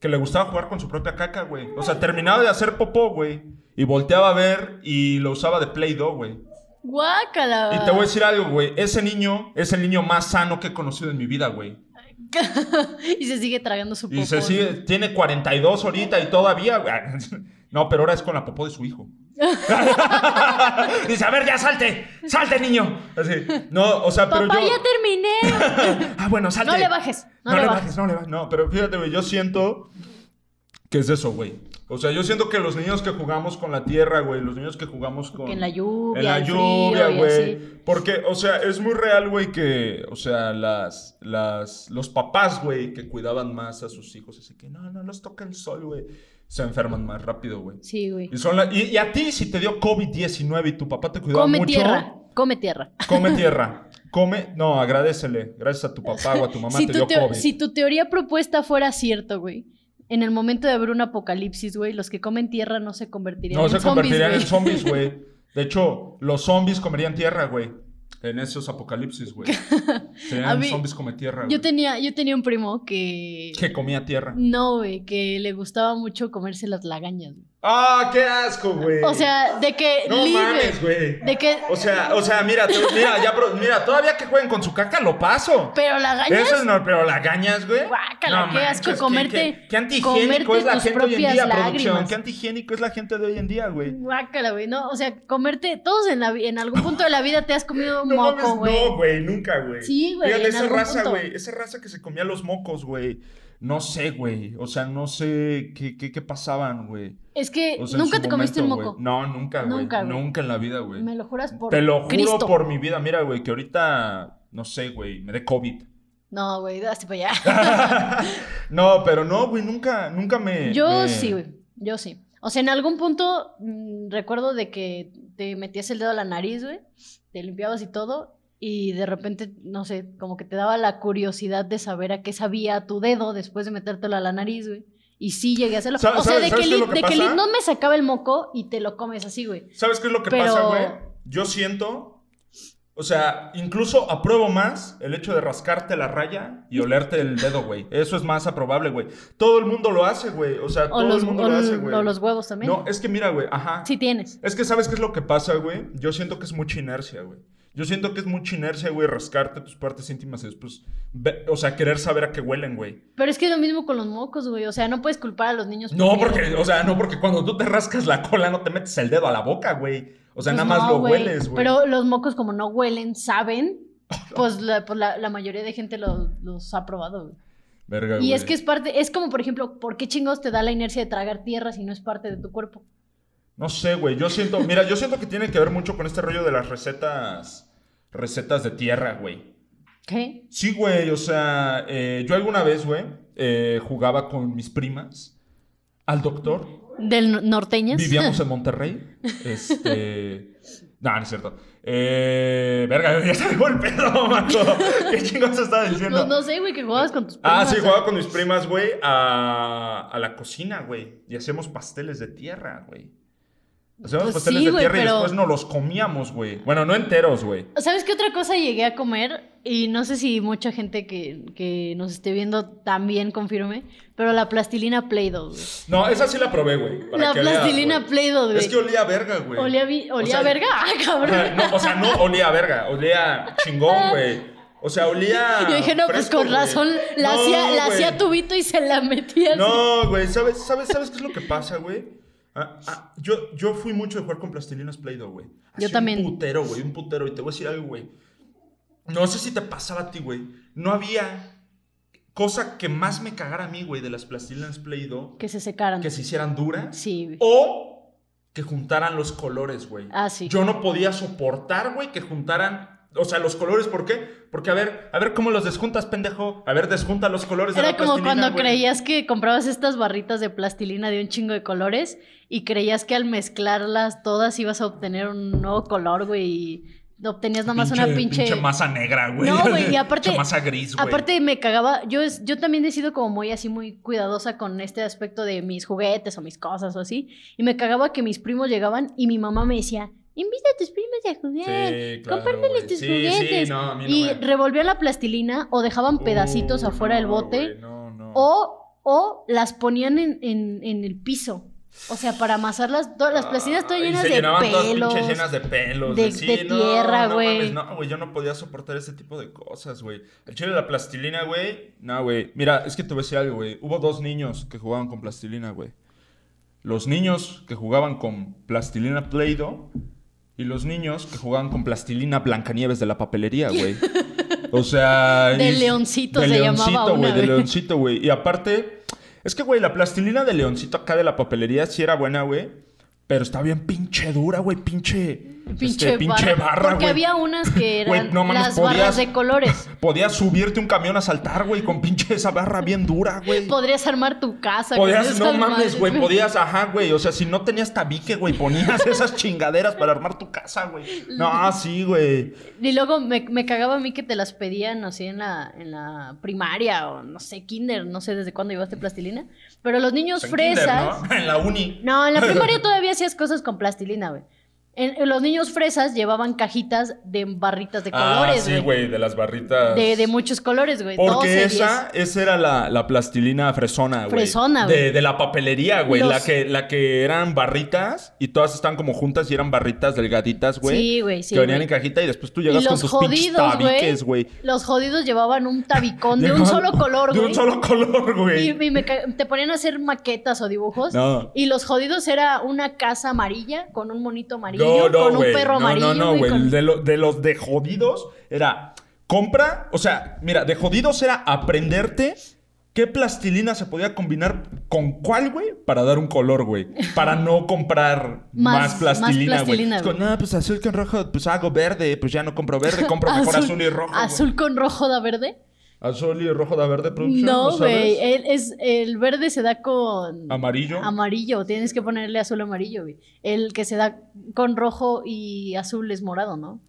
que le gustaba jugar con su propia caca, güey. O sea, terminaba de hacer popó, güey. Y volteaba a ver y lo usaba de Play Doh, güey.
Guácala.
Y te voy a decir algo, güey. Ese niño es el niño más sano que he conocido en mi vida, güey.
y se sigue tragando su popó.
Y se sigue, tiene 42 ahorita y todavía. güey. No, pero ahora es con la popó de su hijo. Dice, a ver, ya salte, salte, niño. Así. No, o sea, pero
Papá,
yo.
ya terminé.
Ah, bueno, salte.
No le bajes, no le bajes.
no le bajes. No, pero fíjate, güey, yo siento que es eso, güey. O sea, yo siento que los niños que jugamos con la tierra, güey, los niños que jugamos con.
Que en la lluvia,
En la
el frío
lluvia,
y
güey.
así.
Porque, o sea, es muy real, güey, que, o sea, las, las, los papás, güey, que cuidaban más a sus hijos, así que no, no los toca el sol, güey, se enferman más rápido, güey.
Sí, güey.
Y, son la- y, y a ti, si te dio COVID-19 y tu papá te cuidaba
Come
mucho,
tierra, come tierra.
come tierra. Come, no, agradecele. Gracias a tu papá o a tu mamá
si,
te
tu
dio
teo-
COVID.
si tu teoría propuesta fuera cierto, güey. En el momento de haber un apocalipsis, güey, los que comen tierra no se convertirían
no
en
se
zombies,
convertirían
güey.
en zombies, güey. De hecho, los zombies comerían tierra, güey. En esos apocalipsis, güey.
A
Serían
mí-
zombies come tierra,
Yo
güey.
tenía, yo tenía un primo que...
Que comía tierra.
No, güey, que le gustaba mucho comerse las lagañas. güey.
¡Ah, qué asco, güey!
O sea, de que...
no
libre,
mames, güey.
De que...
O sea, o sea, mira, tú- mira, ya, pro- mira, todavía que jueguen con su caca lo paso.
Pero lagañas...
Eso es no, pero lagañas, güey.
Guácala,
No
qué
manches,
asco
qué-
comerte-
Qué, qué antihigiénico
comerte
es la
tus
gente hoy en
propias
día, producción.
lágrimas.
Qué antihigiénico es la gente de hoy en día, güey.
Guácala, güey. No, o sea, comerte... Todos en, la vi- en algún punto de la vida te has comido un
No mames,
moco, güey.
no, güey, nunca, güey.
Sí, güey,
Fíjate,
en
esa
algún
raza,
punto.
güey. Esa raza que se comía los mocos, güey. No sé, güey. O sea, no sé qué, qué, qué pasaban, güey.
es que
O sea, en
nunca
su
te
momento,
comiste un moco.
güey. No, nunca, güey.
Nunca,
Nunca,
güey.
en la vida, güey.
Me lo juras por
Te lo juro
Cristo.
por mi vida. Mira, güey, que ahorita, no sé, güey, me dé COVID.
No, güey, hazte para allá.
No, pero no, güey, nunca, nunca me.
Yo
me-
sí, güey. Yo sí. O sea, en algún punto mm, recuerdo de que te metías el dedo a la nariz, güey. Te limpiabas y todo. Y de repente, no sé, como que te daba la curiosidad de saber a qué sabía tu dedo después de metértelo a la nariz, güey. Y sí llegué a hacerlo.
Sa-
O sea,
¿sabes-
de que,
sabes qué es lo
lit-
que
de que
pasa?
lit- no me sacaba el moco y te lo comes así, güey.
¿Sabes qué es lo que
Pero-
pasa, güey? Yo siento. O sea, incluso apruebo más el hecho de rascarte la raya y olerte el dedo, güey. Eso es más aprobable, güey. Todo el mundo lo hace, güey. O sea,
O
todo
los,
el mundo
o
lo hace,
l-
güey.
o los huevos también.
No, es que mira, güey. Ajá.
Sí tienes.
Es que sabes qué es lo que pasa, güey. Yo siento que es mucha inercia, güey. Yo siento que es mucha inercia, güey, rascarte tus partes íntimas y después, ve- o sea, querer saber a qué huelen, güey.
Pero es que es lo mismo con los mocos, güey. O sea, no puedes culpar a los niños.
No, porque, o sea, no, porque cuando tú te rascas la cola no te metes el dedo a la boca, güey. O sea, nada
Pues
más
no,
lo hueles, güey.
Pero los mocos, como no huelen, saben. Pues la, pues la- la mayoría de gente lo- los ha probado, güey.
Verga,
Y es que es parte, es como por ejemplo, ¿por qué chingados te da la inercia de tragar tierra si no es parte de tu cuerpo?
No sé, güey. Yo siento, mira, yo siento que tiene que ver mucho con este rollo de las recetas, recetas de tierra, güey.
¿Qué?
Sí, güey, o sea, eh, yo alguna vez, güey, eh, jugaba con mis primas al doctor.
¿Del no- norteñas?
Vivíamos en Monterrey. Este. No, no es cierto. Eh, verga, ya se me fue el pedo, Marco. ¿Qué chingados estaba diciendo?
Pues no, no sé, güey, que jugabas con tus
Ah,
primas,
sí,
o-
jugaba con mis primas, güey, a, a la cocina, güey. Y hacíamos pasteles de tierra, güey. Hacíamos
Pues
pasteles
sí,
de
güey,
tierra
pero-
y después nos los comíamos, güey. Bueno, no enteros, güey.
¿Sabes qué otra cosa llegué a comer? Y no sé si mucha gente que, que nos esté viendo también confirme, pero la plastilina Play-Doh, güey.
No, esa sí la probé, güey. para
La
que veas,
plastilina
güey.
Play-Doh, güey.
Es que olía a verga, güey.
olía vi-
O
olía
sea,
a verga, ah,
O
cabrón.
sea, no, o sea, no olía a verga, olía chingón, güey. O sea, olía.
Ah. Yo dije, no, pues
fresco,
con
güey.
razón la,
No,
hacía, la
güey.
hacía tubito y se la metía así.
No, güey, ¿sabes, sabes, ¿sabes qué es lo que pasa, güey? Ah, ah, yo, yo fui mucho de jugar con plastilinas Play-Doh, güey. Así
también.
Un putero, güey, un putero. Y te voy a decir algo, güey. No sé si te pasaba a ti, güey. No había cosa que más me cagara a mí, güey, de las plastilinas Play-Doh
Que se secaran.
que se Oh, hicieran duras.
Sí, güey.
O que juntaran los colores, güey.
Ah, sí.
Yo no podía soportar, güey, que juntaran. O sea, los colores, ¿por qué? Porque a ver, a ver cómo los desjuntas, pendejo. A ver, desjunta los colores de
Era
la
como
plastilina,
cuando
güey.
creías que comprabas estas barritas de plastilina de un chingo de colores y creías que al mezclarlas todas ibas a obtener un nuevo color, güey. y obtenías nada más una pinche...
masa negra, güey.
No, güey, y aparte-
Pinche masa gris, güey.
Aparte me cagaba, yo, es- yo también he sido como muy así, muy cuidadosa con este aspecto de mis juguetes o mis cosas o así, y me cagaba que mis primos llegaban y mi mamá me decía, invita a tus primos a jugar,
Sí, claro,
eh, compárteles
güey.
tus
Sí,
juguetes.
sí, no, a mí no
y
me-
revolvían la plastilina o dejaban pedacitos
Uh,
afuera del
no,
bote
güey, no, no.
o, o las ponían en, en- en el piso, o sea, para amasarlas, todas las plastilinas todas
Ah,
llenas
y se
de
llenaban todas
pelos.
pinches llenas de pelos.
de-
De, sí,
de
no,
tierra,
no
güey.
mames, No, güey, yo no podía soportar ese tipo de cosas, güey. El chile de la plastilina, güey. No, güey. Mira, es que te voy a decir algo, güey. Hubo dos niños que jugaban con plastilina, güey. Los niños que jugaban con plastilina Play-Doh y los niños que jugaban con plastilina Blancanieves de la papelería, güey. O sea...
De
es-
leoncito
de
se llamaba
leoncito,
una
güey, de
vez.
leoncito, güey. Y aparte, es que, güey, la plastilina de leoncito acá de la papelería sí era buena, güey. Pero está bien pinche dura, güey, pinche...
Pinche,
este, pinche
barra.
barra,
Porque
güey.
había unas que
Güey,
eran
no mames,
las
podías-
barras de colores.
Podías subirte un camión a saltar, güey, con pinche esa barra bien dura, güey.
Podrías armar tu casa. con
Podías,
Pues, esas
no
madres.
mames, güey, podías, ajá, güey. O sea, si no tenías tabique, güey, ponías esas chingaderas para armar tu casa, güey. No, sí, güey.
Y luego me, me cagaba a mí que te las pedían así en la, en la primaria o no sé, kinder, no sé desde cuándo llevaste plastilina. Pero los niños
En kinder,
fresas.
¿no? En la uni.
¿no? en la primaria todavía hacías cosas con plastilina, güey. En- en los niños fresas llevaban cajitas de barritas de
Ah,
colores,
sí,
güey.
güey, de las barritas.
de, de muchos colores, güey. 12,
Porque
10.
esa, esa era la, la plastilina fresona, güey.
Fresona, güey.
De, de la papelería, güey. La,
Los-
que, la que eran barritas y todas están como juntas y eran barritas delgaditas, güey.
Sí, güey, sí,
Que venían
güey.
en cajita y después tú
Y
llegas con
los
tus pinches
jodidos,
tabiques,
güey.
güey.
Los jodidos llevaban un tabicón de un
Llegaban-
solo color,
De
güey.
un solo color, güey.
Y, y me ca- te ponían a hacer maquetas o dibujos.
No.
Y los jodidos era una casa amarilla con un monito amarillo,
No, no,
con un
güey.
perro
No,
amarillo.
No, no,
y
güey.
con-
De, lo- de los de jodidos era compra. O sea, mira, de jodidos era aprenderte qué plastilina se podía combinar con cuál, güey, para dar un color, güey. Para no comprar
Más-
más, plastilina,
más
güey.
plastilina,
Es Con,
güey.
no, pues azul con rojo, pues hago verde, pues ya no compro verde, compro mejor azul, y rojo. güey.
Azul con rojo da verde.
Azul y rojo da verde producción.
No,
sabes?
güey. eh. El, es- el verde se da con
Amarillo.
amarillo. Tienes que ponerle azul amarillo, güey. El que se da con rojo y azul es morado, ¿no?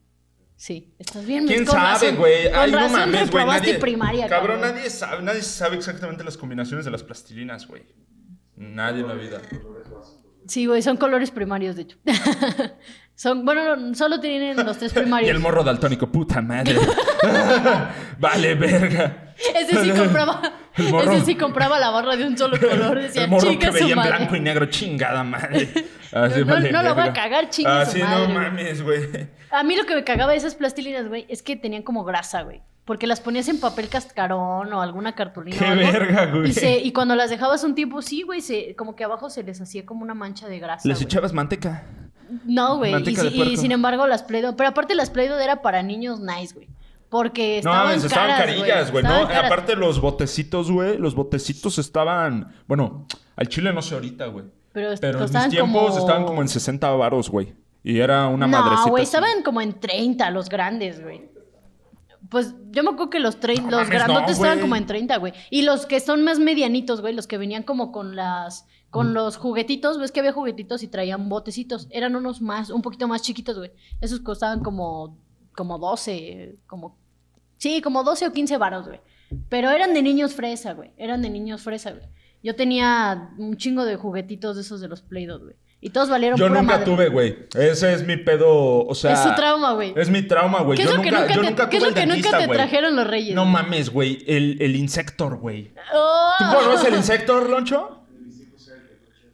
Sí, estás bien.
¿Quién
con
sabe,
razón-
güey?
Con
Ay, no
razón
mames, güey.
reprobaste
Nadie,
primaria,
cabrón, nadie sabe, nadie sabe exactamente las combinaciones de las plastilinas, güey. Nadie en la vida.
Sí, güey, son colores primarios, de hecho. son, bueno, no, solo tienen los tres
Y
primarios.
el morro daltónico, puta madre. vale, verga.
Ese sí compraba,
El morro.
ese sí compraba la barra de un solo color, decía,
el morro
chica
que veía
su
en
madre.
blanco y negro, chingada madre. Así,
No, no,
vale,
no la voy a
verga.
cagar, chinga su
Así,
madre,
no
güey.
mames, güey.
A mí lo que me cagaba de esas plastilinas, güey, es que tenían como grasa, güey. Porque las ponías en papel cascarón o alguna cartulina.
Qué
o algo,
verga, güey.
Y, se- y cuando las dejabas un tiempo, sí, güey, se- como que abajo se les hacía como una mancha de grasa.
¿Les
güey.
echabas manteca?
No, güey. Y,
Manteca
si-
de
y
puerco.
sin embargo, las Play-Doh. Pero aparte, las Play-Doh era para niños nice, güey. Porque
No
estaban
mames, estaban
caras,
carillas, güey. No,
Estaban caras.
aparte los botecitos, güey. Los botecitos estaban. Bueno, al chile no sé ahorita, güey.
Pero, est-
Pero en mis
costaban
tiempos
como...
estaban como en 60 varos, güey. Y era una
No,
madrecita.
güey,
así.
estaban como en 30 los grandes, güey. Pues yo me acuerdo que los, trein-
No
los
mames,
grandotes
no,
estaban
güey.
como en 30, güey. Y los que son más medianitos, güey, los que venían como con las
Mm.
con los juguetitos, ves que había juguetitos y traían botecitos, eran unos más, un poquito más chiquitos, güey. Esos costaban como como 12, como sí, como 12 o 15 varos, güey. Pero eran de niños fresa, güey. Eran de niños fresa, güey. Yo tenía un chingo de juguetitos de esos de los Play-Doh, güey. Y todos valieron
Yo
pura
nunca
madre.
tuve, güey. Ese es mi pedo. O sea.
es su trauma, güey.
Es mi trauma, güey.
¿Qué es
Pues Yo
lo que
nunca,
nunca
yo
te-
nunca
qué es
tuve
lo que
el
nunca
dentista,
te
güey.
trajeron los reyes?
No mames, güey. El, el insector, güey.
¡Oh!
¿Tú conoces el insector, Loncho?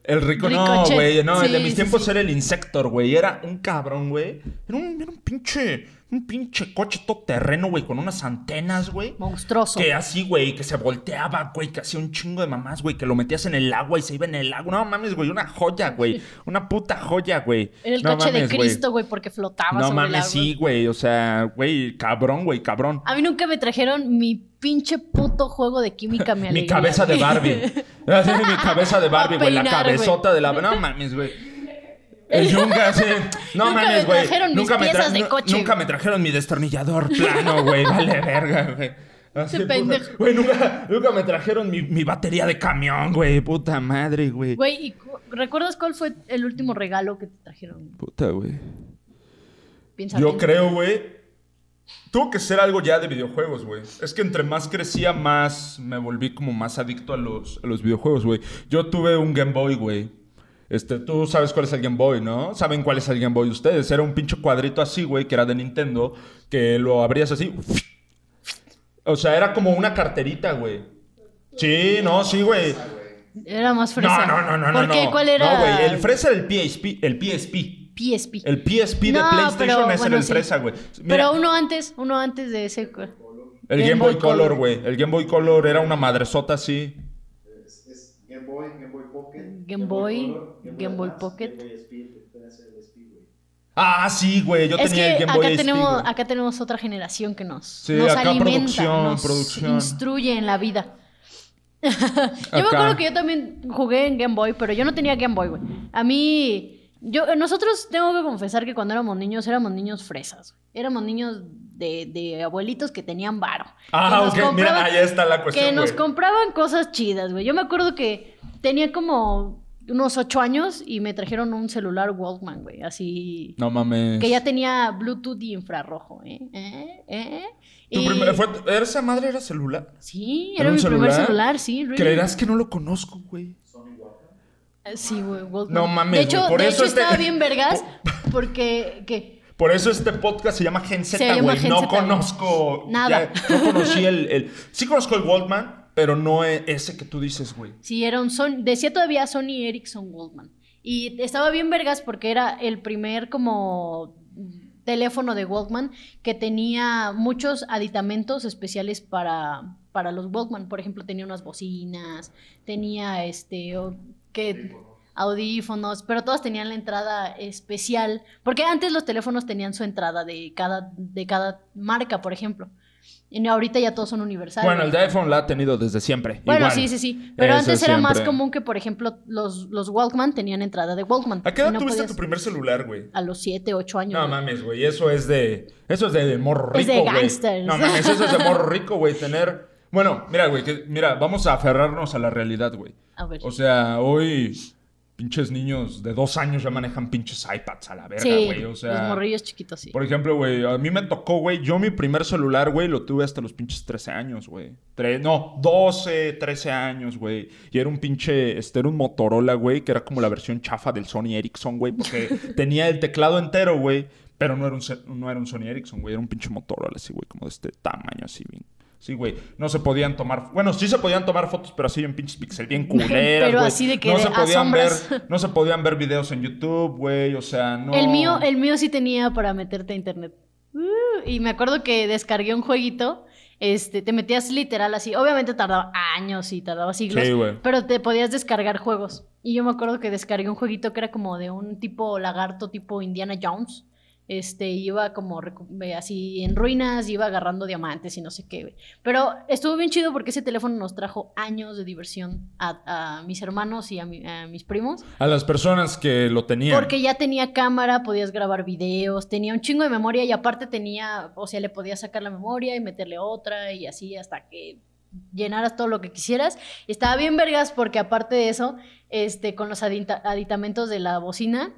El rico, no,
Ricochet.
güey, no, el de
Sí,
mis
sí,
tiempos
sí.
era el insector, güey, era un cabrón, güey, era un, era un pinche, un pinche coche todoterreno, güey, con unas antenas, güey,
Monstruoso.
que así, güey, que se volteaba, güey, que hacía un chingo de mamás, güey, que lo metías en el agua y se iba en el agua, no mames, güey, una joya, güey, una puta joya, güey.
Era el
No
coche
mames,
de
güey.
Cristo, güey, porque flotaba
No
sobre el
mames,
agua.
sí, güey, o sea, güey, cabrón, güey, cabrón.
A mí nunca me trajeron mi pinche puto juego de química, mi
Mi
alegría,
cabeza de
güey.
Barbie. Así, mi cabeza de Barbie, güey. La
Peinar, güey.
cabezota de la. No mames, güey. El Yunga, sí. No
Nunca me
mames, güey.
trajeron mis piezas de
nu-
coche,
Nunca me
güey.
trajeron mi destornillador plano, güey. Vale verga, güey. Así,
Ese
puta-
pendejo.
Güey, nunca, nunca me trajeron mi, mi batería de camión, güey. Puta madre, güey.
Güey, ¿y cu- ¿recuerdas cuál fue el último regalo que te trajeron?
Puta, güey.
Piensa
Yo
bien.
creo, güey. Tuvo que ser algo ya de videojuegos, güey. Es que entre más crecía, más me volví como más adicto a los, a los videojuegos, güey. Yo tuve un Game Boy, güey. Este, tú sabes cuál es el Game Boy, ¿no? ¿Saben cuál es el Game Boy ustedes? Era un pinche cuadrito así, güey, que era de Nintendo, que lo abrías así. O sea, era como una carterita, güey. Sí, no, sí, güey.
Era más fresa.
No, no, no, no, no.
¿Por qué?
no.
¿Cuál era?
No, güey, el fresa era el PSP, el PSP.
PSP.
El PSP de
No,
PlayStation
pero,
es
bueno,
el
sí.
fresa, güey. Mira,
Pero uno antes, uno antes de ese. cu-
el Game, Boy, Color, güey. El Game Boy Color era una madresota así.
Es, es Game Boy, Game Boy Pocket.
Game Boy,
Color,
Game Boy
Advance,
Pocket.
Game Boy Speed, puede ser el Speed, güey.
Ah, sí, güey. Yo
es
tenía
que
el Game
acá
Boy SP,
tenemos,
güey.
acá tenemos otra generación que nos,
Sí,
nos
acá
alimenta,
producción,
nos
producción.
instruye en la vida. yo me
Acá.
acuerdo que yo también jugué en Game Boy, pero yo no tenía Game Boy, güey. A mí, yo, nosotros tengo que confesar que cuando éramos niños, éramos niños fresas. güey. Éramos niños de, de abuelitos que tenían varo. Que
Ah, ok.
nos
Mira,
compraban-
ahí está la
que
cuestión,
nos
güey.
compraban cosas chidas, güey. Yo me acuerdo que tenía como unos ocho años y me trajeron un celular Walkman, güey. Así.
No mames.
Que ya tenía Bluetooth y infrarrojo, ¿eh? ¿Eh? ¿Eh?
Tu
Y-
primer- fue- ¿Esa madre era celular?
Sí,
¿Era
era
un
mi primer
celular?
celular, sí. really.
¿Creerás que no lo conozco, güey?
Eh, Sí, güey, Walkman.
No mames,
De hecho,
güey, por
de
eso
hecho
este-
estaba bien vergas porque... ¿qué?
Por eso este podcast se llama Gen Z,
Se llama
güey.
Gen
no
Z, güey.
conozco.
Nada.
ya, no conocí el, el- Sí conozco el Walkman, pero no e- ese que tú dices, güey.
Sí, era un Sony... Decía todavía Sony Ericsson Walkman. Y estaba bien vergas porque era el primer como teléfono de Walkman que tenía muchos aditamentos especiales para, para los Walkman. Por ejemplo, tenía unas bocinas, tenía este... o- que, audífonos, pero todos tenían la entrada especial, porque antes los teléfonos tenían su entrada de cada, de cada marca, por ejemplo. Y no, ahorita ya todos son universales.
Bueno, el de iPhone la ha tenido desde siempre.
Bueno,
Igual.
sí, sí, sí. Pero
Eso
antes era más
siempre.
común que, por ejemplo, los, los Walkman tenían entrada de Walkman.
¿A qué edad
Y no
tuviste
podías-
tu primer celular, güey?
A los 7, 8 años.
No
güey.
mames, güey, eso es de. Eso es de morro rico.
Es de
güey.
gangsters.
No mames, eso es de morro rico, güey. Tener. Bueno, mira, güey, que- mira, vamos a aferrarnos a la realidad, güey.
A ver.
O sea, hoy pinches niños de dos años ya manejan pinches iPads a la verga,
sí,
güey. O sea.
los morrillos chiquitos, sí.
Por ejemplo, güey, a mí me tocó, güey, yo mi primer celular, güey, lo tuve hasta los pinches 13 años, güey. Tre- no, 12, 13 años, güey. Y era un pinche, este, era un Motorola, güey, que era como la versión chafa del Sony Ericsson, güey, porque tenía el teclado entero, güey, pero no era un, ce- no era un Sony Ericsson, güey, era un pinche Motorola así, güey, como de este tamaño, así, bien. Sí, güey, no se podían tomar, bueno, sí se podían tomar fotos, pero así en pinches pixel, bien culeras,
Pero
güey.
así de que
no
de-
se
a
podían ver,
sombras.
no se podían ver videos en YouTube, güey, o sea, no.
El mío, el mío sí tenía para meterte a internet. Uh, y me acuerdo que descargué un jueguito. Este, te metías literal así. Obviamente tardaba años y tardaba siglos.
Sí, güey.
pero te podías descargar juegos. Y yo me acuerdo que descargué un jueguito que era como de un tipo lagarto, tipo Indiana Jones. Este, iba como recu- eh, así en ruinas, iba agarrando diamantes y no sé qué, güey. Pero estuvo bien chido porque ese teléfono nos trajo años de diversión a, a mis hermanos y a, mi- a mis primos.
A las personas que lo tenían.
Porque ya tenía cámara, podías grabar videos, tenía un chingo de memoria y aparte tenía, o sea, le podías sacar la memoria y meterle otra y así hasta que llenaras todo lo que quisieras. Y estaba bien vergas porque aparte de eso, este, con los adita- aditamentos de la bocina,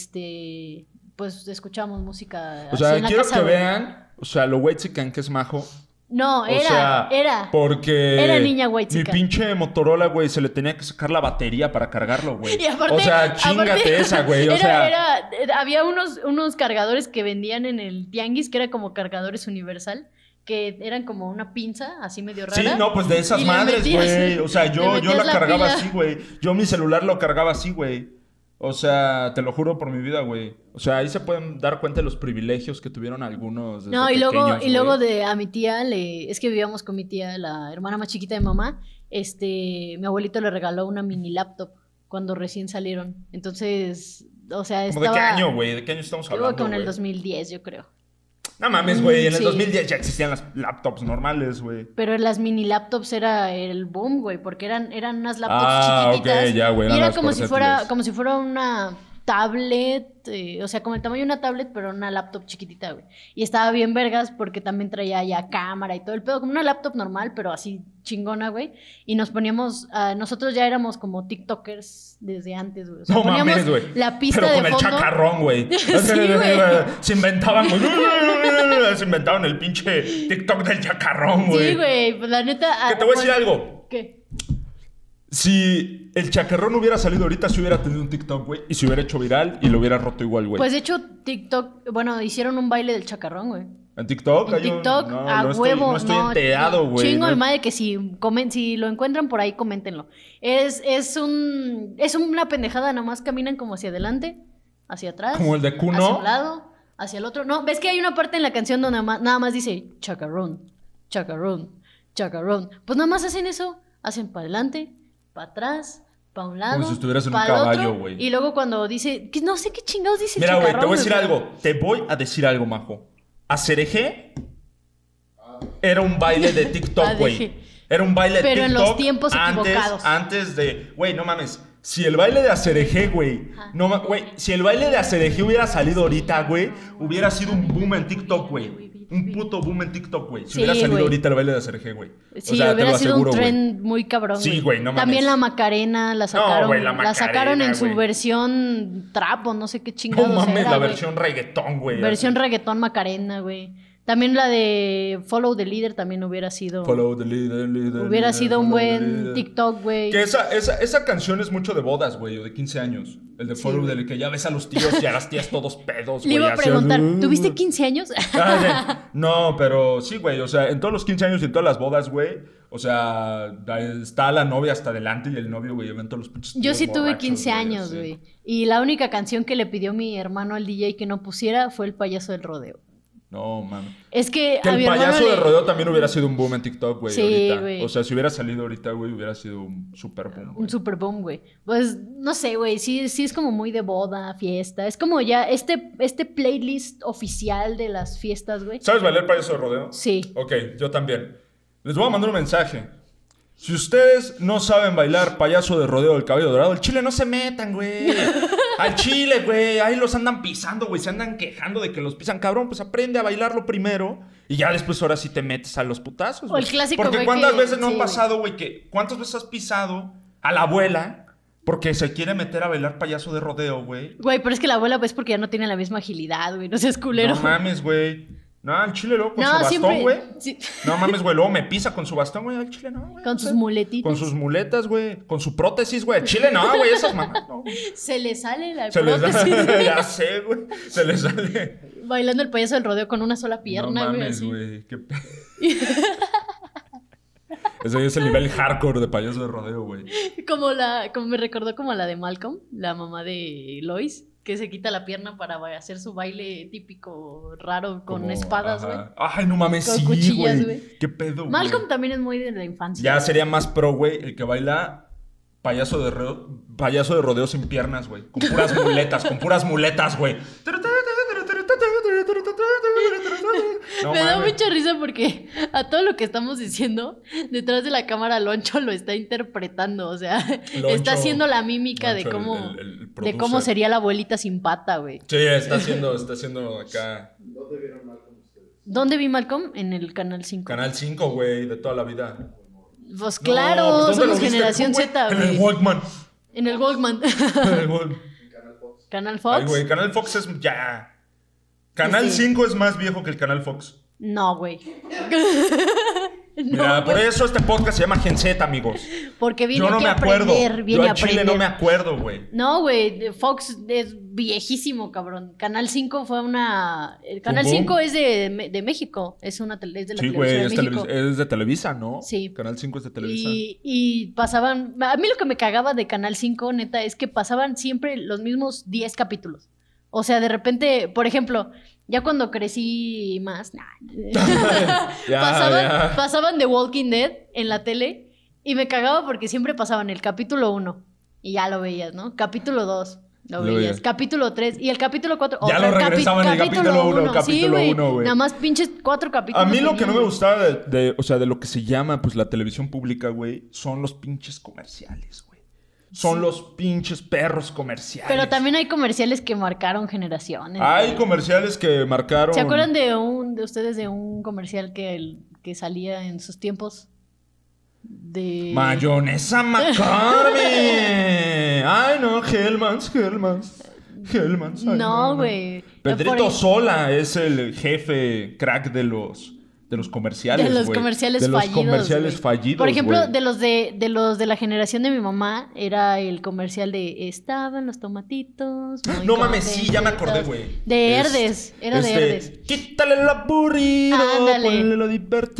este, pues escuchábamos música.
o sea,
así en la
quiero
casa,
que
güey.
vean, o sea, lo huechican que es majo.
No,
O
era,
sea,
era.
Porque.
Era niña
Mi
huechica.
pinche Motorola, güey, se le tenía que sacar la batería para cargarlo, güey.
Y aparte-
o sea, chingate
aparte-
esa, güey. O
era-
sea,
era- eh, había unos, unos cargadores que vendían en el tianguis que era como cargadores universal, que eran como una pinza así medio rara.
Sí, no, pues de esas
Y le
madres,
metías-
güey. O sea, yo,
le
yo la
metías la
cargaba
pila.
así, güey. Yo mi celular lo cargaba así, güey. O sea, te lo juro por mi vida, güey. O sea, ahí se pueden dar cuenta de los privilegios que tuvieron algunos. desde
No, y luego,
pequeños,
y luego
güey.
de a mi tía le, es que vivíamos con mi tía, la hermana más chiquita de mamá, este, mi abuelito le regaló una mini laptop cuando recién salieron. Entonces, o sea,
¿Como
estaba
¿De qué año, güey? ¿De qué año estamos
Luego
hablando?
con el
güey?
2010, yo creo.
No mames, güey. En
Sí.
el 2010 ya existían las laptops normales, güey.
Pero las mini laptops era el boom, güey, porque eran, eran unas laptops
Ah,
chiquititas.
ok, ya, güey,
y
eran
era
las
como si fuera,
portátiles.
como si fuera una tablet, eh, o sea, como el tamaño de una tablet, pero una laptop chiquitita, güey. Y estaba bien vergas porque también traía ya cámara y todo el pedo, como una laptop normal, pero así chingona, güey. Y nos poníamos, ah, nosotros ya éramos como TikTokers desde antes, güey. O sea,
No
poníamos
mames, güey.
la pista
Pero
de
con el
fondo.
chacarrón, güey. eh,
Sí, güey.
Se inventaban, güey. Se inventaban el pinche TikTok del chacarrón, güey.
Sí, güey, pues la neta.
Que te voy a decir algo.
¿Qué?
Si el chacarrón hubiera salido ahorita, si hubiera tenido un TikTok, güey. Y se hubiera hecho viral y lo hubiera roto igual, güey.
Pues de hecho, TikTok, bueno, hicieron un baile del chacarrón, güey.
en TikTok,
En
hay un-
TikTok,
no,
a
no estoy-
huevo.
no estoy enterado, güey.
Chingo
No-
de madre que si, comen, si lo encuentran por ahí, coméntenlo. Es, es, un, es una pendejada, nomás caminan como hacia adelante, hacia atrás.
Como el de Q,
Hacia
¿no?
un lado, hacia el otro. No, ves que hay una parte en la canción donde ma- nada más dice chacarrón, chacarrón, chacarrón. Pues nada más hacen eso, hacen para adelante, para atrás. Para un lado,
si estuvieras en
pa'
un
el otro,
caballo, güey.
Y luego cuando dice, que no sé qué chingados dice
Mira, güey, te voy a
chacarrón,
decir
güey.
algo. Te voy a decir algo, majo. A Cereje era un baile de TikTok, güey.
Cereje.
Era un baile de
Ah, Pero
TikTok.
en los tiempos
antes,
equivocados.
Antes de. Güey, no mames. Si el baile de Acereje, güey.
Ajá.
No ma- güey. Si el baile de Acereje hubiera salido ahorita, güey. Hubiera sido un boom en TikTok, güey. Un puto boom en TikTok, güey. Si
Sí,
hubiera salido
güey.
ahorita el baile de Acereje, güey.
Sí, hubiera sido un
güey.
tren muy cabrón.
Sí, güey, no mames.
También la Macarena la sacaron.
güey, la
la, sacaron en
Macarena,
su
güey.
versión trap o no sé qué
No
chingados
mames,
era,
la
güey.
versión reggaetón, güey.
Versión reggaetón Macarena, güey. También la de Follow the Leader también hubiera sido...
Follow the leader, leader,
hubiera
leader,
sido un
follow the
buen
leader.
TikTok, güey.
Que esa, esa, esa canción es mucho de bodas, güey, o de 15 años. El de Follow, del que ya ves a los tíos y a las tías todos pedos,
Le
güey.
iba a
así.
preguntar, ¿tuviste 15 años?
Ah, sí. No, pero sí, güey, o sea, en todos los 15 años y en todas las bodas, güey, o sea, da- está la novia hasta adelante y el novio, güey, ven todos los pinches.
Yo
tíos
sí tuve
borrachos,
15 años,
así.
güey. Y la única canción que le pidió mi hermano al DJ que no pusiera fue El Payaso del Rodeo.
No, mames.
Es que,
Que
a
el
mi hermano
payaso
le-
de rodeo también hubiera sido un boom en TikTok, güey,
Sí,
ahorita.
güey.
O sea, si hubiera salido ahorita, güey, hubiera sido un super boom. güey.
Un super boom, güey. Pues no sé, güey. Sí, sí es como muy de boda, fiesta. Es como ya este, este playlist oficial de las fiestas, güey.
¿Sabes bailar payaso de rodeo?
Sí.
Ok, yo también. Les voy a mandar un mensaje. Si ustedes no saben bailar payaso de rodeo del cabello dorado, al chile no se metan, güey. Al chile, güey. Ahí los andan pisando, güey. Se andan quejando de que los pisan. Cabrón, pues aprende a bailarlo primero. Y ya después ahora sí te metes a los putazos.
O el
güey.
clásico,
Porque
güey,
cuántas
que-
veces no
sí,
ha
güey.
pasado, güey, que... ¿Cuántas veces has pisado a la abuela porque se quiere meter a bailar payaso de rodeo, güey?
Güey, pero es que la abuela, pues, porque ya no tiene la misma agilidad, güey. No seas culero.
No mames, güey. No, al chile loco, con
No,
su bastón,
siempre-
güey.
sí.
No mames, güey. Luego me pisa con su bastón, güey. Al chile no, güey.
Con
no
sus
sé.
muletitas.
Con sus muletas, güey. Con su prótesis, güey. Al Chile no, güey. Esas mamás. no.
Se le sale la
Se les
prótesis,
da.
güey.
ya sé, güey. Se les sale.
Bailando el payaso del rodeo con una sola pierna,
no
güey.
mames,
así.
güey. Qué pe- Ese es el nivel hardcore de payaso de rodeo, güey.
Como la, como me recordó como la de Malcolm, la mamá de Lois, que se quita la pierna para ba- hacer su baile típico raro con
Como,
espadas, güey.
ajá. Ay, no mames,
Con
sí,
cuchillas,
güey.
güey.
Qué pedo, güey.
Malcolm también es muy de la infancia.
Ya sería más pro, güey, el que baila payaso de, rodeo, payaso de rodeo sin piernas, güey. Con puras muletas, con puras muletas, güey. No
Me da
mames.
mucha risa porque a todo lo que estamos diciendo, detrás de la cámara Loncho lo está interpretando, o sea,
Loncho-
está haciendo la mímica
Loncho,
de cómo,
el- el- el
de cómo
producer.
sería la abuelita sin pata, güey.
Sí, está haciendo, está haciendo acá
¿Dónde vieron mal con ustedes?
¿Dónde vi Malcolm? En el Canal 5.
Canal 5, güey, de toda la vida.
Pues
No,
claro,
pues, ¿dónde
somos
lo viste
generación
tú, güey?
Z,
En el
güey.
Walkman.
En el Goldman.
En el Walkman.
En Canal Fox.
Canal Fox.
Ay, güey, Canal Fox es ya. Canal
Sí.
5 es más viejo que el Canal Fox.
No, güey.
Mira,
no,
por eso este podcast se llama Gen Z, amigos.
porque viene
Yo no
aquí
me
a
acuerdo.
aprender, viene
Yo
a
al Chile
aprender.
no me acuerdo, güey.
No, güey, de- Fox es viejísimo, cabrón. Canal 5 fue una... El Canal
boom.
5 es de, de México, es, una, tele- es de la
Sí, güey,
televisión
es,
de México.
televis- es de Televisa, ¿no?
Sí.
Canal 5 es de Televisa.
Y, y pasaban... A mí lo que me cagaba de Canal 5, neta, es que pasaban siempre los mismos 10 capítulos. O sea, de repente, por ejemplo, ya cuando crecí más... nah.
Ya,
pasaban,
ya.
pasaban The Walking Dead en la tele y me cagaba porque siempre pasaban el capítulo 1 y ya lo veías, ¿no? Capítulo 2. Lo
Lo
veías.
veías.
Capítulo 3 y el capítulo 4.
Ya lo regresaban en el capítulo uno, capítulo uno, güey.
Nada más pinches cuatro
A
capítulos.
mí lo que no me
venían.
gustaba de, de- o sea, de lo que se llama pues la televisión pública, güey, son los pinches comerciales, güey. son los pinches perros comerciales.
Pero también hay comerciales que marcaron generaciones.
Hay
güey.
comerciales que marcaron.
¿Se acuerdan de un de ustedes de un comercial que el- que salía en sus tiempos? De
Mayonesa McCormick. Ay, no, Hellmans, Hellmans. Hellmans. ay,
No, güey.
Pedrito
Por-
Sola es el jefe crack de los de los comerciales,
de los
güey.
comerciales
de los
fallidos.
comerciales
güey.
fallidos.
Por ejemplo,
güey.
de los de, de los de la generación de mi mamá, era el comercial de Estaban los tomatitos. muy
No mames, sí, ya me acordé,
contentos".
güey.
De
Es-
Herdes, era de
este,
Herdes.
Quítale lo aburrido,
Ándale.
ponle lo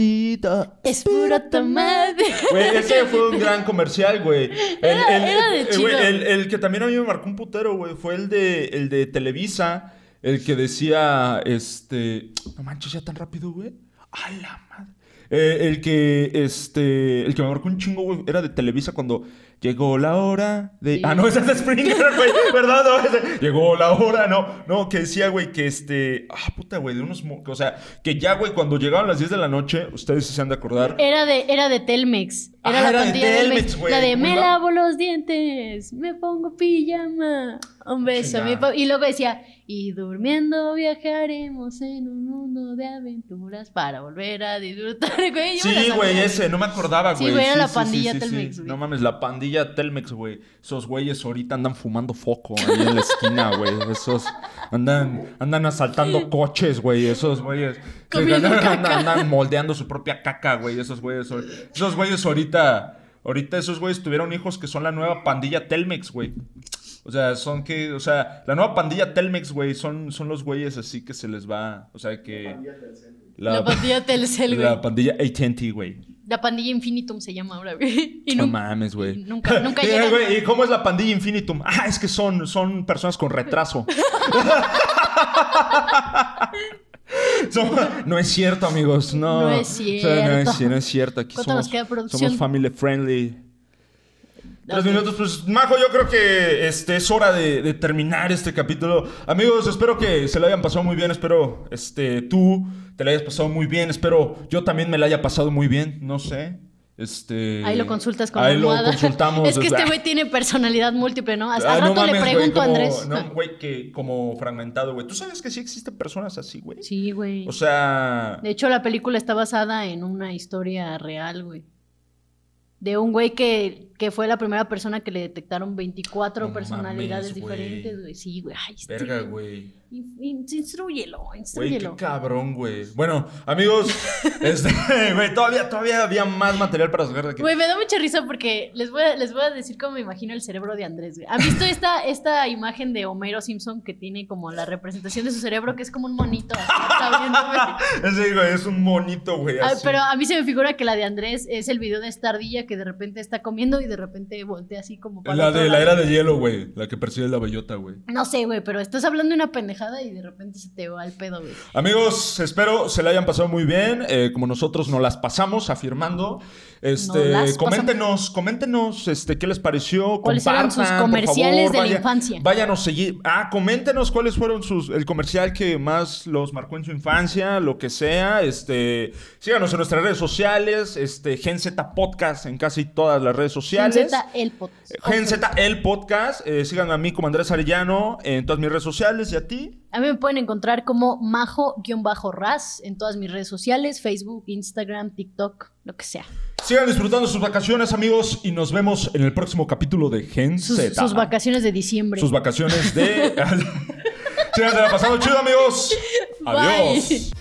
divertido.
Es puro tomate.
Güey, ese fue un gran comercial, güey. El,
Era- era de
eh,
chido.
güey, el- el que también a mí me marcó un putero, güey, fue el de, el de Televisa, el que decía, este, no manches, ya tan rápido, güey. A la madre. Eh, el que, este, el que me marcó un chingo, güey, era de Televisa cuando llegó la hora de...
Sí.
Ah, no, ese es de Springer, güey, ¿verdad? No, ese- Llegó la hora, no, no, que decía, güey, que este... Ah, puta, güey, de unos... mo- O sea, que ya, güey, cuando llegaban las 10 de la noche, ustedes sí se han de acordar.
Era de, era de Telmex. Era
Ah,
la
era de
pandilla de Telmex.
Telmex, güey.
La de me
Una-
lavo los dientes, me pongo pijama. Un beso. a mi
Ah, Chingada.
pa- y luego decía, y durmiendo viajaremos en un mundo de aventuras para volver a disfrutar. Güey, yo me la
Sí,
sabía.
güey, ese, no me acordaba,
Sí,
güey.
güey, era la pandilla Telmex, güey.
No mames, la pandilla Telmex, güey. Esos güeyes ahorita andan fumando foco ahí en la esquina, güey. Esos andan, andan asaltando coches, güey. Esos güeyes.
Comiendo
andan,
caca.
andan moldeando su propia caca, güey. Esos güeyes. ahor- Esos güeyes ahorita. Ahorita esos güeyes tuvieron hijos que son la nueva pandilla Telmex, güey. O sea, son que, o sea, la nueva pandilla Telmex, güey, son, son los güeyes así que se les va, o sea, que...
La, pandilla Telcel, güey.
La
La...
pandilla AT&T, güey.
pandilla Infinitum se llama ahora, güey. Y
No
nunca-
mames, güey.
Nunca, nunca
Eh,
llegan.
güey, ¿Y cómo es la pandilla Infinitum? Ah, es que son, son personas con retraso. Son- no es cierto, amigos. No,
No es
O sea, no, es,
cierto.
no es cierto. Aquí
¿Cuánto
somos,
nos queda de producción?
somos family friendly. Tres
Ok.
minutos, pues Majo, yo creo que este, es hora de, de terminar este capítulo. Amigos, espero que se la hayan pasado muy bien, espero este, tú te la hayas pasado muy bien, espero yo también me la haya pasado muy bien, no sé. Este,
Ahí lo consultas con
Ahí
la
lo
almohada.
consultamos.
es que este
Ah,
güey tiene personalidad múltiple, ¿no? Hasta
ah,
al
no
rato le
mames, güey,
pregunto a
como-
Andrés.
No, güey, que como fragmentado, güey. ¿Tú sabes que sí existen personas así, güey?
Sí, güey.
O sea...
De hecho, la película está basada en una historia real, güey. De un güey que, que fue la primera persona que le detectaron 24
No
personalidades
mames, güey.
diferentes, güey. Sí, güey. Ay, este
Verga,
güey.
güey.
In- in- Instrúyelo,
Güey, qué
instrúyelo.
cabrón, güey. Bueno, amigos, este, güey, todavía, todavía había más material para sacar de aquí.
Güey, me da mucha risa porque les voy, a, les voy a decir cómo me imagino el cerebro de Andrés, güey. ¿Han visto esta, esta imagen de Homero Simpson que tiene como la representación de su cerebro, que es como un monito? así, está viendo, güey?
Ese, güey, es un monito, güey.
Ah,
así.
pero a mí se me figura que la de Andrés es el video de esta ardilla que de repente está comiendo y de repente voltea así como para
La
otro
de la
lado.
era de hielo, güey. La que persigue la bellota, güey.
No sé, güey, pero estás hablando de una pendejada y de repente se te va el pedo, güey.
Amigos, espero se la hayan pasado muy bien. eh, como nosotros nos las pasamos afirmando. Este,
Nos las
coméntenos, coméntenos este, qué les pareció.
¿Cuáles eran sus
compartan, por
comerciales de la
vaya-
infancia?
Váyanos seguir. Ah, coméntenos cuáles fueron sus, el comercial que más los marcó en su infancia, lo que sea. Este, síganos en nuestras redes sociales. Este, Gen Z Podcast en casi todas las redes sociales.
Gen Z, el pot.
Gen Z, el podcast. Eh, síganme a mí como Andrés Arellano en todas mis redes sociales y a ti.
A mí me pueden encontrar como majo-ras en todas mis redes sociales, Facebook, Instagram, TikTok, lo que sea.
Sigan disfrutando sus vacaciones, amigos, y nos vemos en el próximo capítulo de Gen
Sus,
Z.
sus vacaciones de diciembre.
Sus vacaciones de. Sigan pasando chido, amigos.
Bye.
Adiós.